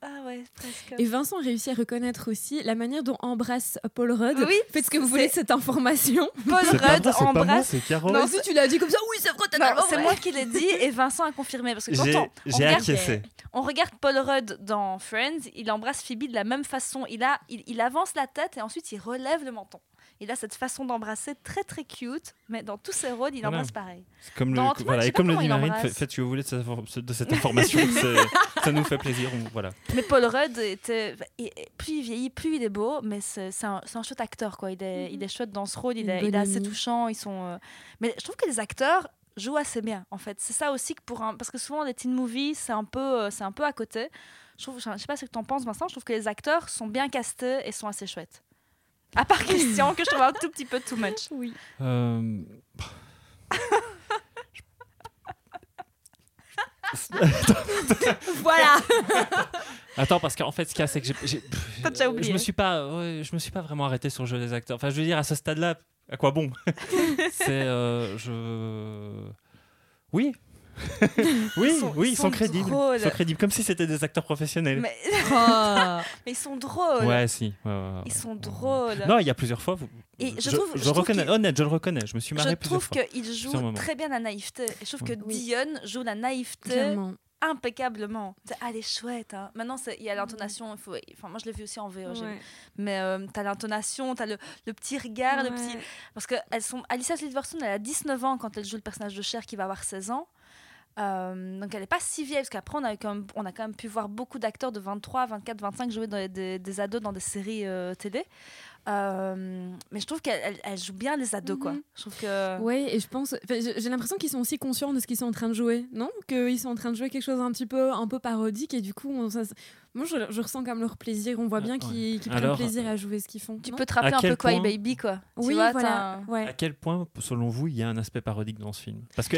Speaker 2: Ah ouais, presque.
Speaker 3: Et Vincent réussit à reconnaître aussi la manière dont embrasse Paul Rudd.
Speaker 2: Ah Oui,
Speaker 3: Faites ce que vous voulez de cette information.
Speaker 2: Paul
Speaker 1: C'est pas
Speaker 2: Rudd
Speaker 1: moi, c'est pas moi,
Speaker 2: embrasse.
Speaker 1: c'est Carole.
Speaker 2: Non,
Speaker 3: Mais si tu l'as dit comme ça, oui, c'est vrai,
Speaker 2: Non,
Speaker 3: totalement
Speaker 2: c'est
Speaker 3: vrai.
Speaker 2: moi qui l'ai dit et Vincent a confirmé. Parce que quand
Speaker 1: J'ai
Speaker 2: on, on
Speaker 1: j'ai
Speaker 2: regarde,
Speaker 1: acquiescé.
Speaker 2: on regarde Paul Rudd dans Friends, il embrasse Phoebe de la même façon. Il, a, il, il avance la tête et ensuite il relève le menton. Il a cette façon d'embrasser très très cute, mais dans tous ses rôles, il
Speaker 1: Voilà.
Speaker 2: embrasse pareil.
Speaker 1: C'est Comme
Speaker 2: Dans
Speaker 1: le,
Speaker 2: Ant-Man,
Speaker 1: voilà,
Speaker 2: je
Speaker 1: et
Speaker 2: sais pas
Speaker 1: comme le
Speaker 2: comment
Speaker 1: dit
Speaker 2: il
Speaker 1: Marine,
Speaker 2: embrace.
Speaker 1: fa- faites ce que vous voulez de cette infor- de cette
Speaker 2: *laughs*
Speaker 1: information. c'est- ça nous fait plaisir. on- voilà.
Speaker 2: Mais Paul Rudd, était, et- et plus il vieillit, plus il est beau, mais c'est c'est un, c'est un chouette acteur. Quoi. Il, est,
Speaker 3: Mhm.
Speaker 2: il est chouette dans ce rôle, il,
Speaker 3: Une
Speaker 2: est,
Speaker 3: bonne
Speaker 2: il est assez
Speaker 3: amie.
Speaker 2: touchant. Ils sont, euh, Mais je trouve que les acteurs jouent assez bien, en fait. C'est ça aussi que pour un... Parce que souvent, les teen movies, c'est un, peu, euh, c'est un peu à côté. Je, trouve, je sais pas ce que tu en penses, Vincent, je trouve que les acteurs sont bien castés et sont assez chouettes. À
Speaker 3: *laughs*
Speaker 2: part Christian, que je trouve un tout petit peu too much.
Speaker 3: Oui.
Speaker 1: Euh,
Speaker 3: *laughs* Voilà.
Speaker 1: Attends, parce qu'en fait, ce qu'il y a, c'est que j'ai- j'ai- pff,
Speaker 2: T'as déjà
Speaker 1: euh, je
Speaker 2: oublié.
Speaker 1: me suis pas, ouais, je me suis pas vraiment arrêté sur le jeu des acteurs. Enfin, je veux dire, à ce stade-là, à quoi
Speaker 2: *laughs*
Speaker 1: bon C'est, euh, je,
Speaker 2: *laughs*
Speaker 1: oui, oui,
Speaker 2: sont-
Speaker 1: oui,
Speaker 2: ils
Speaker 1: ils sont,
Speaker 2: sont
Speaker 1: crédibles,
Speaker 2: drôles.
Speaker 1: ils sont crédibles, comme si c'était des acteurs professionnels.
Speaker 2: Mais, *laughs*
Speaker 3: Oh, *laughs*
Speaker 2: mais ils sont drôles.
Speaker 1: Ouais, si. ouais, ouais, ouais,
Speaker 2: Ils
Speaker 1: ouais.
Speaker 2: sont drôles.
Speaker 1: Non, il y a plusieurs fois. vous-
Speaker 2: Et je trouve- je
Speaker 1: je,
Speaker 2: trouve
Speaker 1: reconnais,
Speaker 2: qu'il-
Speaker 1: honnête, je le reconnais. Je me suis marré
Speaker 2: Je
Speaker 1: plusieurs
Speaker 2: trouve
Speaker 1: fois.
Speaker 2: qu'il
Speaker 1: Sur le
Speaker 2: joue
Speaker 1: moment.
Speaker 2: très bien la naïveté. Et je trouve que
Speaker 3: Oui.
Speaker 2: Dion joue la naïveté
Speaker 3: Clairement.
Speaker 2: impeccablement. C'est- Elle est chouette. hein. Maintenant, c'est- il y a l'intonation. il faut- Enfin, moi, je l'ai vu aussi en VO. j'ai vu. Mais euh, t'as l'intonation, t'as le, le petit regard, le petit. Parce que elles sont. Alicia Silverstone, elle a 19 ans quand elle joue le personnage de Cher qui va avoir 16 ans. Euh, donc elle n'est pas si vieille, parce qu'après on a, quand même, on a quand même pu voir beaucoup d'acteurs de 23, 24, 25 jouer dans les- des, des ados dans des séries euh, télé. Euh, mais je trouve qu'elle elle- elle joue bien les ados, quoi.
Speaker 3: Mhm.
Speaker 2: Je trouve que...
Speaker 3: Ouais, et je pense, enfin, j'ai j'ai l'impression qu'ils sont aussi conscients de ce qu'ils sont en train de jouer, non Qu'ils sont en train de jouer quelque chose un petit peu, un peu parodique, et du coup, on- ça- moi, je, je ressens quand même leur plaisir. On voit bien
Speaker 1: Ouais.
Speaker 3: qu'ils qu'ils
Speaker 1: Alors, euh,
Speaker 3: prennent plaisir à jouer ce qu'ils font.
Speaker 2: Tu
Speaker 3: non
Speaker 2: peux te rappeler un
Speaker 1: quel
Speaker 2: peu quoi,
Speaker 1: point-
Speaker 2: Baby, quoi. Tu
Speaker 3: Oui,
Speaker 2: vois, t'as
Speaker 3: voilà.
Speaker 1: À
Speaker 2: un-
Speaker 3: Ouais.
Speaker 1: quel point, selon vous, il y a un aspect parodique dans ce film Parce que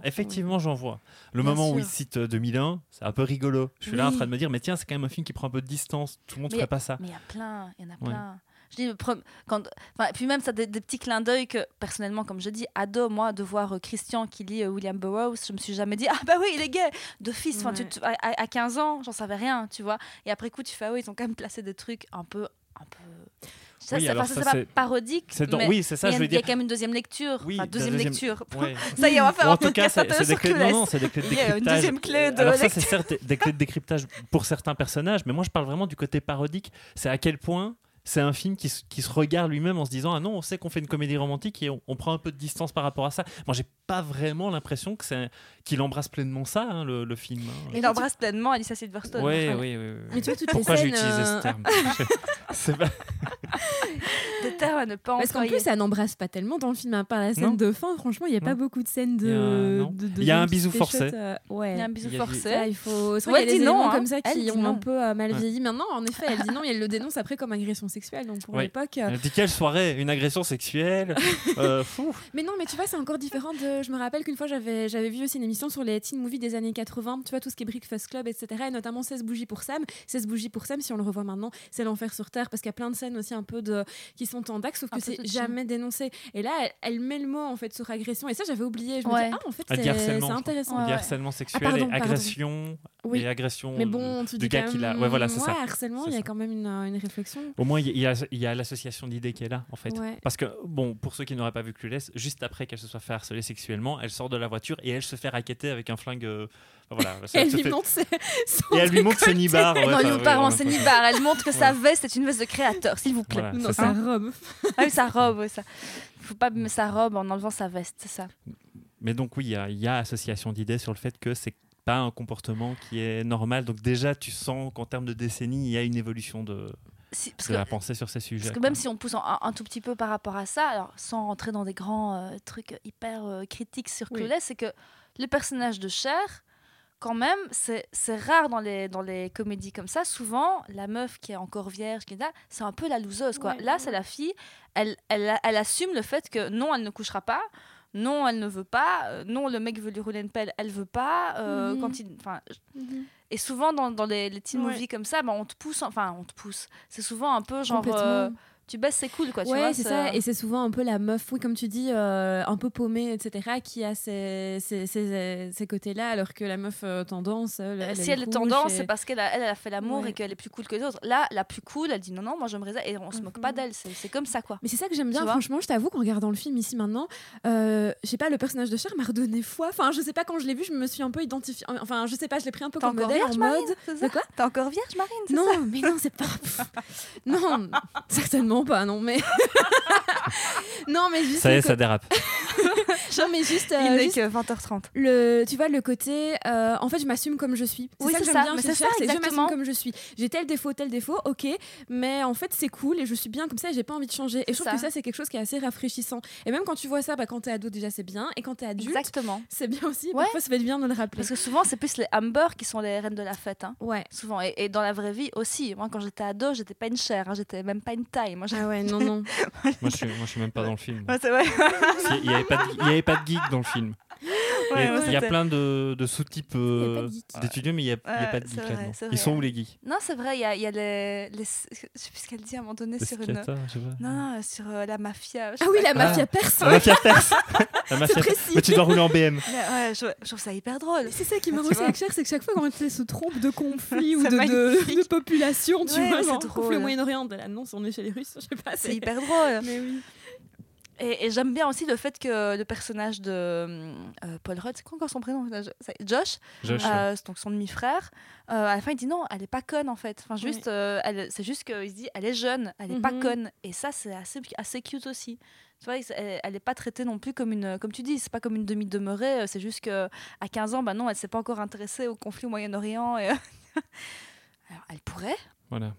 Speaker 1: effectivement, effectivement, j'en vois. Le
Speaker 2: Bien
Speaker 1: moment où
Speaker 2: sûr.
Speaker 1: il cite euh, 2001, c'est un peu rigolo. Je suis là en
Speaker 3: Oui.
Speaker 1: train de me dire, mais tiens, c'est quand même un film qui prend un peu de distance. Tout le monde ne
Speaker 2: Mais-
Speaker 1: ferait pas ça.
Speaker 2: Mais il y a plein, il y en a
Speaker 1: Ouais.
Speaker 2: plein. Je dis, le pre- quand, enfin, puis même, ça des, des petits clins d'œil que, personnellement, comme je dis, ado, moi, de voir euh, Christian qui lit euh, William Burroughs, je me suis jamais dit, ah bah oui, il est gay, de fils, enfin, tu-
Speaker 3: Ouais.
Speaker 2: tu- à, à- à 15 ans, j'en savais rien, tu vois. Et après coup, tu fais, ah oui, ils ont quand même placé des trucs un peu. Un peu... Ça,
Speaker 1: Oui,
Speaker 2: c'est,
Speaker 1: alors
Speaker 2: enfin, ça,
Speaker 1: ça,
Speaker 2: c'est pas
Speaker 1: c'est-
Speaker 2: parodique.
Speaker 1: C'est dans-
Speaker 2: mais
Speaker 1: Oui, c'est ça,
Speaker 2: il y
Speaker 1: je
Speaker 2: a-
Speaker 1: veux
Speaker 2: il y a
Speaker 1: dire.
Speaker 2: quand même une deuxième lecture.
Speaker 1: Oui,
Speaker 2: enfin,
Speaker 1: la
Speaker 2: deuxième,
Speaker 1: deuxième-
Speaker 2: lecture.
Speaker 1: Ouais.
Speaker 2: Ça y est, on va faire
Speaker 1: Ou
Speaker 2: un
Speaker 1: en tout cas,
Speaker 2: podcast
Speaker 1: c'est
Speaker 2: euh,
Speaker 1: c'est des
Speaker 2: sur
Speaker 1: clés. Non, non,
Speaker 2: Clueless.
Speaker 1: c'est des clés de
Speaker 2: Il y a
Speaker 1: décryptage.
Speaker 2: une deuxième clé de
Speaker 1: Alors ça,
Speaker 2: lecture.
Speaker 1: c'est certes des clés de décryptage pour certains personnages, mais moi, je parle vraiment du côté parodique. C'est à quel point c'est un film qui, se- qui se regarde lui-même en se disant ah non, on sait qu'on fait une comédie romantique et on, on prend un peu de distance par rapport à ça. Moi, j'ai pas vraiment l'impression que c'est qu'il embrasse pleinement ça, hein, le, le film. hein.
Speaker 2: Il embrasse pleinement Alicia Silverstone.
Speaker 1: Ouais,
Speaker 2: Enfin,
Speaker 1: oui, oui, oui, oui.
Speaker 2: euh,
Speaker 1: *laughs*
Speaker 3: Mais tu vois, toutes
Speaker 1: Pourquoi
Speaker 3: les
Speaker 1: j'ai
Speaker 3: scènes.
Speaker 1: utilisé
Speaker 3: euh,
Speaker 1: ce terme Je- c'est pas-
Speaker 2: des termes à ne pas
Speaker 3: Parce qu'en
Speaker 2: employer.
Speaker 3: plus, ça n'embrasse pas tellement dans le film. À part la scène
Speaker 1: Non.
Speaker 3: de fin, franchement, il n'y a pas
Speaker 1: Non.
Speaker 3: beaucoup de scènes
Speaker 1: Il y a-
Speaker 3: de.
Speaker 1: non.
Speaker 3: de- de
Speaker 1: Il y a
Speaker 3: gens
Speaker 1: un
Speaker 3: qui
Speaker 1: bisou
Speaker 3: se péchotent,
Speaker 1: forcé.
Speaker 3: euh, ouais.
Speaker 2: Il y a un bisou
Speaker 1: Il y a-
Speaker 2: forcé.
Speaker 3: Ça, il faut. c'est
Speaker 2: Ouais,
Speaker 3: vrai qu'il y a
Speaker 2: dis
Speaker 3: des
Speaker 2: non,
Speaker 3: éléments
Speaker 2: hein.
Speaker 3: comme ça
Speaker 2: Elle
Speaker 3: qui
Speaker 2: dit
Speaker 3: ont un
Speaker 2: non.
Speaker 3: peu euh, mal
Speaker 1: Ouais.
Speaker 3: vieilli. Maintenant, en effet, elle dit non et elle le dénonce après comme agression sexuelle. Donc pour
Speaker 1: Ouais.
Speaker 3: l'époque. euh,
Speaker 1: Elle dit quelle soirée Une agression sexuelle Euh, fou.
Speaker 3: Mais non, mais tu vois, c'est encore différent de. Je me rappelle qu'une fois, j'avais j'avais vu aussi une émission sur les teen movies des années 80. Tu vois, tout ce qui est Breakfast Club, etc. Et notamment 16 bougies pour Sam. 16 bougies pour Sam, si on le revoit maintenant, c'est l'enfer sur terre parce qu'il y a plein de scènes aussi un peu de. qui sont en dax, sauf
Speaker 2: Un
Speaker 3: que
Speaker 2: peu
Speaker 3: c'est
Speaker 2: touchy.
Speaker 3: jamais dénoncé. Et là, elle, elle met le mot en fait sur agression. Et ça, j'avais oublié. Je
Speaker 2: Ouais.
Speaker 3: me dis, ah, en fait,
Speaker 1: Elle dit
Speaker 3: c'est
Speaker 1: harcèlement,
Speaker 3: c'est
Speaker 1: je
Speaker 3: intéressant.
Speaker 1: Il
Speaker 2: Ouais,
Speaker 1: y
Speaker 2: ouais. Ah,
Speaker 1: a harcèlement sexuel
Speaker 3: pardon,
Speaker 1: et
Speaker 3: pardon.
Speaker 1: agression.
Speaker 3: Oui.
Speaker 1: Et agression
Speaker 3: Mais bon, tu
Speaker 1: du
Speaker 3: dis
Speaker 1: gars
Speaker 3: quand
Speaker 1: qui l'a.
Speaker 3: même,
Speaker 1: Ouais, voilà, c'est
Speaker 3: ouais,
Speaker 1: ça.
Speaker 3: harcèlement,
Speaker 1: C'est
Speaker 3: il y a
Speaker 1: ça.
Speaker 3: quand même une, euh, une réflexion.
Speaker 1: Au moins, il y a- il y a, il y a l'association d'idées qui est là, en fait.
Speaker 3: Ouais.
Speaker 1: Parce que, bon, pour ceux qui n'auraient pas vu Clueless, juste après qu'elle se soit fait harceler sexuellement, elle sort de la voiture et elle se fait raqueter avec un flingue. euh, enfin,
Speaker 3: *laughs*
Speaker 1: voilà, ça-
Speaker 3: elle
Speaker 1: ça
Speaker 3: lui
Speaker 1: fait-
Speaker 3: montre ses- son
Speaker 1: et elle lui montre ses
Speaker 3: décolleté.
Speaker 1: nibards. ouais,
Speaker 2: non,
Speaker 1: enfin,
Speaker 2: il
Speaker 1: oui,
Speaker 2: nous parle,
Speaker 1: voilà,
Speaker 2: c'est
Speaker 1: quoi.
Speaker 2: Nibar. Elle montre que sa veste est une veste de créateur, s'il vous plaît.
Speaker 1: Voilà,
Speaker 3: Non,
Speaker 1: c'est
Speaker 3: sa
Speaker 1: ça.
Speaker 3: robe.
Speaker 2: Ah oui, sa robe, ouais, ça. Faut pas mettre sa robe en enlevant sa veste, c'est ça.
Speaker 1: Mais donc, oui, il y a, il y a association d'idées sur le fait que c'est pas un comportement qui est normal. Donc, déjà, tu sens qu'en termes de décennies, il y a une évolution de,
Speaker 2: Si- parce,
Speaker 1: de
Speaker 2: que,
Speaker 1: la pensée sur ces sujets.
Speaker 2: parce que
Speaker 1: quoi.
Speaker 2: même si on pousse en- un, un tout petit peu par rapport à ça, alors sans rentrer dans des grands euh, trucs hyper euh, critiques sur
Speaker 3: Oui.
Speaker 2: Clueless, c'est que le personnage de Cher, quand même, c'est c'est rare dans les, dans les comédies comme ça. Souvent, la meuf qui est encore vierge, qui est là, c'est un peu la loseuse. Quoi.
Speaker 3: Ouais,
Speaker 2: là,
Speaker 3: ouais.
Speaker 2: c'est la fille, elle, elle, elle assume le fait que non, elle ne couchera pas. Non, elle ne veut pas. euh, Non, le mec veut lui rouler une pelle, elle veut pas. euh,
Speaker 3: Mhm.
Speaker 2: Quand il, enfin, Et souvent dans, dans les, les teen
Speaker 3: Ouais.
Speaker 2: movies comme ça, bah, on te pousse, enfin on te pousse. C'est souvent un peu genre
Speaker 3: Complètement.
Speaker 2: euh, tu baisses, c'est cool quoi. Bah, tu vois,
Speaker 3: ouais, c'est ça. Et c'est souvent un peu la meuf, oui, comme tu dis, euh, un peu paumée, etc., qui a ces, ces, ces- ces côtés-là, alors que la meuf euh, tendance, elle, elle,
Speaker 2: si elle est
Speaker 3: rouge
Speaker 2: tendance,
Speaker 3: et-
Speaker 2: c'est parce qu'elle a, elle, elle a fait l'amour
Speaker 3: Ouais.
Speaker 2: et qu'elle est plus cool que les autres. Là, la plus cool, elle dit non, non, moi je me réserve. Et on se moque
Speaker 3: Mhm.
Speaker 2: pas d'elle, c'est c'est comme ça quoi.
Speaker 3: Mais c'est ça que j'aime bien,
Speaker 2: vois
Speaker 3: franchement, je t'avoue qu'en regardant le film ici maintenant, euh, je sais pas, le personnage de Cher m'a redonné foi. Enfin, je sais pas, quand je l'ai vu, je me suis un peu identifiée. Enfin, je sais pas, je l'ai pris un peu
Speaker 2: T'es
Speaker 3: comme
Speaker 2: encore
Speaker 3: modèle en
Speaker 2: vierge, Marine
Speaker 3: mode.
Speaker 2: c'est ça
Speaker 3: De quoi
Speaker 2: T'es encore vierge, Marine c'est
Speaker 3: Non,
Speaker 2: ça
Speaker 3: mais non, c'est pas.
Speaker 2: *laughs*
Speaker 3: non, certainement pas,
Speaker 1: *laughs*
Speaker 3: non, mais. *laughs* non, mais juste.
Speaker 1: Ça y
Speaker 3: le
Speaker 1: est, ça dérape.
Speaker 3: *laughs* co- Non, mais juste. euh,
Speaker 2: Il n'est
Speaker 3: juste
Speaker 2: que 20h30.
Speaker 3: le tu vois le côté euh, en fait je m'assume comme je suis c'est
Speaker 2: Oui,
Speaker 3: ça que
Speaker 2: c'est
Speaker 3: j'aime
Speaker 2: ça,
Speaker 3: bien
Speaker 2: mais
Speaker 3: chez
Speaker 2: c'est
Speaker 3: Cher,
Speaker 2: ça,
Speaker 3: c'est je m'assume
Speaker 2: exactement.
Speaker 3: comme je suis j'ai tel défaut tel défaut ok mais en fait c'est cool et je suis bien comme ça et j'ai pas envie de changer et je
Speaker 2: C'est
Speaker 3: trouve que
Speaker 2: ça.
Speaker 3: ça c'est quelque chose qui est assez rafraîchissant et même quand tu vois ça bah, quand t'es ado déjà c'est bien et quand t'es adulte
Speaker 2: Exactement.
Speaker 3: c'est bien aussi
Speaker 2: Ouais.
Speaker 3: parfois ça fait du bien de le rappeler
Speaker 2: Parce que souvent, c'est plus les Amber qui sont les reines de la fête. hein.
Speaker 3: ouais
Speaker 2: Souvent. Et, et dans la vraie vie aussi. Moi, quand j'étais ado, j'étais pas une chair, hein, j'étais même pas une taille. Moi, j'avais-
Speaker 3: ah ouais non non
Speaker 2: *laughs*
Speaker 1: Moi, je suis, moi, je suis même pas dans le film.
Speaker 2: Ouais, c'est
Speaker 3: *laughs*
Speaker 2: vrai.
Speaker 1: Si, Il n'y avait, pas de- il y avait pas de geek dans le film. Il y
Speaker 2: Ouais,
Speaker 1: a-
Speaker 2: moi,
Speaker 1: il y a
Speaker 2: c'était-
Speaker 1: plein de, de sous-types
Speaker 3: Il y a
Speaker 1: euh,
Speaker 3: pas de geek.
Speaker 1: d'étudiants, mais il n'y a, il y a
Speaker 2: Ouais,
Speaker 1: pas de
Speaker 2: c'est
Speaker 1: geek
Speaker 2: vrai,
Speaker 1: là-dedans.
Speaker 2: c'est vrai.
Speaker 1: Ils sont où les geeks
Speaker 2: Non, c'est vrai, il y a, il y a les, les- Je sais plus ce qu'elle dit à un moment donné
Speaker 1: Les
Speaker 2: sur une.
Speaker 1: psychiatres, je sais pas.
Speaker 2: Non, non, sur euh, la mafia. je sais
Speaker 3: ah oui
Speaker 2: pas
Speaker 3: la
Speaker 2: quoi.
Speaker 3: mafia
Speaker 1: *laughs*
Speaker 3: perse
Speaker 1: La mafia
Speaker 2: *laughs*
Speaker 1: perse La
Speaker 3: c'est
Speaker 1: mafia perse.
Speaker 3: précis
Speaker 1: Mais tu dois rouler en BM.
Speaker 2: Mais ouais, je, je trouve ça hyper drôle.
Speaker 3: Mais c'est ça qui m'a
Speaker 2: Tu
Speaker 3: aussi
Speaker 2: vois.
Speaker 3: avec Cher, c'est que chaque fois quand elle se trompe de conflit ou
Speaker 2: *laughs*
Speaker 3: de,
Speaker 2: C'est
Speaker 3: de, de population, tu
Speaker 2: Ouais,
Speaker 3: vois,
Speaker 2: c'est
Speaker 3: genre, conflit au
Speaker 2: drôle.
Speaker 3: Moyen-Orient, elle annonce on est chez les Russes, je sais pas.
Speaker 2: Ah, C'est hyper drôle.
Speaker 3: Mais oui.
Speaker 2: Et, et j'aime bien aussi le fait que le personnage de euh, Paul Rudd, c'est quoi encore son prénom Euh, Je- ça- Josh,
Speaker 1: Josh,
Speaker 2: euh, c'est donc son demi-frère, euh, à la fin il dit non, elle est pas conne en fait. Enfin, juste, euh, elle- c'est juste qu'il se dit elle est jeune, elle est pas
Speaker 3: Mhm.
Speaker 2: conne. Et ça, c'est assez, assez cute aussi. Tu vois, elle, elle est pas traitée non plus comme une, euh, comme tu dis, c'est pas comme une demi-demeurée, euh, c'est juste que à 15 ans, bah non, elle s'est pas encore intéressée au conflit au Moyen-Orient. et- *laughs* Alors, elle pourrait.
Speaker 1: Voilà.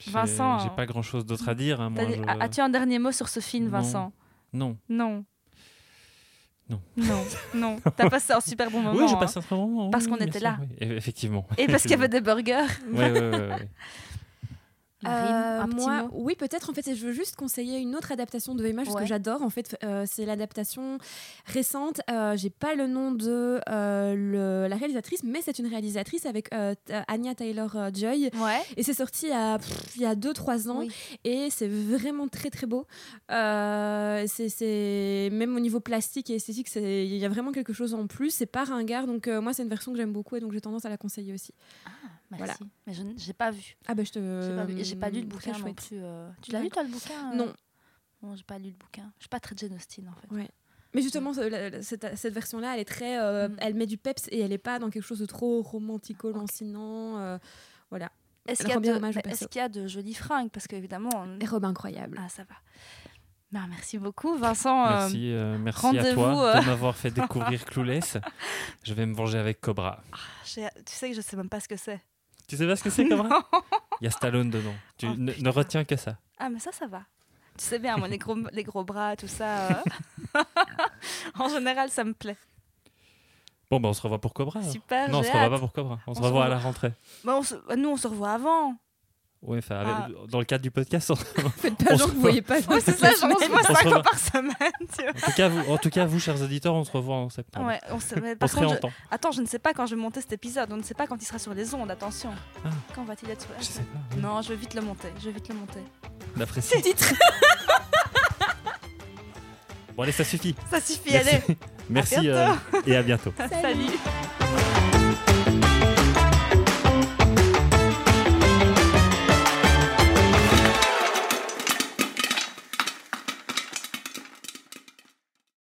Speaker 1: J'ai-
Speaker 2: Vincent,
Speaker 1: J'ai
Speaker 2: hein.
Speaker 1: pas grand chose d'autre à dire. hein, moi,
Speaker 2: T'as ah, des-
Speaker 1: je-
Speaker 2: a- As-tu un dernier mot sur ce film,
Speaker 1: Non.
Speaker 2: Vincent
Speaker 1: Non.
Speaker 2: Non.
Speaker 1: Non. *laughs*
Speaker 2: Non, non. T'as passé un super bon moment.
Speaker 1: Oui, j'ai
Speaker 2: hein.
Speaker 1: passé un très bon moment.
Speaker 2: Parce
Speaker 1: oui,
Speaker 2: qu'on
Speaker 1: bien
Speaker 2: était
Speaker 1: sûr,
Speaker 2: là.
Speaker 1: oui. Eff-
Speaker 2: *laughs*
Speaker 1: Effectivement.
Speaker 2: Et parce qu'il y avait des burgers.
Speaker 3: *laughs*
Speaker 1: Ouais, ouais, ouais, ouais.
Speaker 2: Marine, un petit
Speaker 3: Euh, moi,
Speaker 2: mot
Speaker 3: oui, peut-être. En fait, je veux juste conseiller une autre adaptation de Emma, parce
Speaker 2: Ouais.
Speaker 3: que j'adore. En fait, euh, c'est l'adaptation récente. Euh, J'ai pas le nom de euh, le- la réalisatrice, mais c'est une réalisatrice avec euh, t- euh, Anya Taylor euh, Joy.
Speaker 2: Ouais.
Speaker 3: Et c'est sorti il y a, pff, il y a 2-3 ans.
Speaker 2: Oui.
Speaker 3: Et c'est vraiment très, très beau. Euh, c'est- c'est Même au niveau plastique et esthétique, c'est- il y a vraiment quelque chose en plus. C'est pas ringard. Donc, euh, moi, c'est une version que j'aime beaucoup et donc j'ai tendance à la conseiller aussi.
Speaker 2: Merci.
Speaker 3: Voilà.
Speaker 2: Mais je n- j'ai pas vu.
Speaker 3: Ah, bah, je te.
Speaker 2: J'ai pas, vu. Et j'ai pas lu le
Speaker 3: Très
Speaker 2: bouquin non
Speaker 3: chouette.
Speaker 2: plus. euh. Tu l'as lu toi le bouquin euh
Speaker 3: Non.
Speaker 2: Non, j'ai pas lu le bouquin. Je suis pas très Jane Austen en fait.
Speaker 3: Ouais. Mais justement, ce- la- la- cette, cette version-là, elle est très, euh,
Speaker 2: Mm.
Speaker 3: elle met du peps et elle est pas dans quelque chose de trop romantico, lancinant. euh,
Speaker 2: Est-ce
Speaker 3: Elle
Speaker 2: qu'il y, a
Speaker 3: rend bien
Speaker 2: de-
Speaker 3: hommage au
Speaker 2: mais est-ce
Speaker 3: perso.
Speaker 2: qu'il y a de jolies fringues Parce qu'évidemment. on-
Speaker 3: et robe incroyable.
Speaker 2: Ah, ça va. Ben, merci beaucoup, Vincent. *laughs* euh,
Speaker 1: Merci, euh, merci à
Speaker 2: rendez-vous,
Speaker 1: toi
Speaker 2: euh.
Speaker 1: de m'avoir
Speaker 2: *laughs*
Speaker 1: fait découvrir Clueless. Je vais me venger avec Cobra.
Speaker 2: j'ai- Tu sais que je sais même pas ce que c'est. *laughs*
Speaker 1: Tu sais pas ce que c'est, Cobra Il y a Stallone dedans. Tu
Speaker 2: Oh,
Speaker 1: ne, ne
Speaker 2: putain.
Speaker 1: retiens que ça.
Speaker 2: Ah, mais ça, ça va. Tu sais bien, moi, les gros, les gros bras, tout ça. euh. *laughs* en général, ça me plaît.
Speaker 1: Bon, bah, on se revoit pour Cobra. alors.
Speaker 2: Super.
Speaker 1: Non, on
Speaker 2: j'ai
Speaker 1: se revoit
Speaker 2: hâte.
Speaker 1: pas pour Cobra. On, se
Speaker 2: se
Speaker 1: revoit à
Speaker 2: revoit.
Speaker 1: la rentrée.
Speaker 2: Bah, on se- Nous, on se
Speaker 1: *laughs*
Speaker 2: revoit avant.
Speaker 1: Ouais, enfin,
Speaker 2: Ah.
Speaker 1: avec- dans le cadre du podcast. on-
Speaker 3: Faites pas
Speaker 1: On
Speaker 3: genre
Speaker 1: se
Speaker 3: que vous voyez pas.
Speaker 2: Oui, c'est ça, genre, on se voit
Speaker 1: On se
Speaker 2: cinq
Speaker 1: revoit.
Speaker 2: fois par semaine. tu vois.
Speaker 1: En tout, cas, vous, en tout cas, vous, chers auditeurs, on se revoit en septembre.
Speaker 2: Ouais, on se... mais
Speaker 1: On
Speaker 2: par
Speaker 1: se
Speaker 2: contre, je-
Speaker 1: réentend.
Speaker 2: attends, je ne sais pas quand je vais monter cet épisode. On ne sait pas quand il sera sur les ondes. Attention.
Speaker 1: Ah.
Speaker 2: Quand va-t-il être sur
Speaker 1: Je sais pas. oui.
Speaker 2: Non, je vais vite le monter. Je vais vite le monter.
Speaker 1: D'après ça.
Speaker 3: titre.
Speaker 1: Bon, allez, ça suffit.
Speaker 2: Ça suffit,
Speaker 1: Merci.
Speaker 2: allez.
Speaker 1: Merci
Speaker 2: bientôt.
Speaker 1: euh, et à bientôt.
Speaker 2: *laughs* Salut.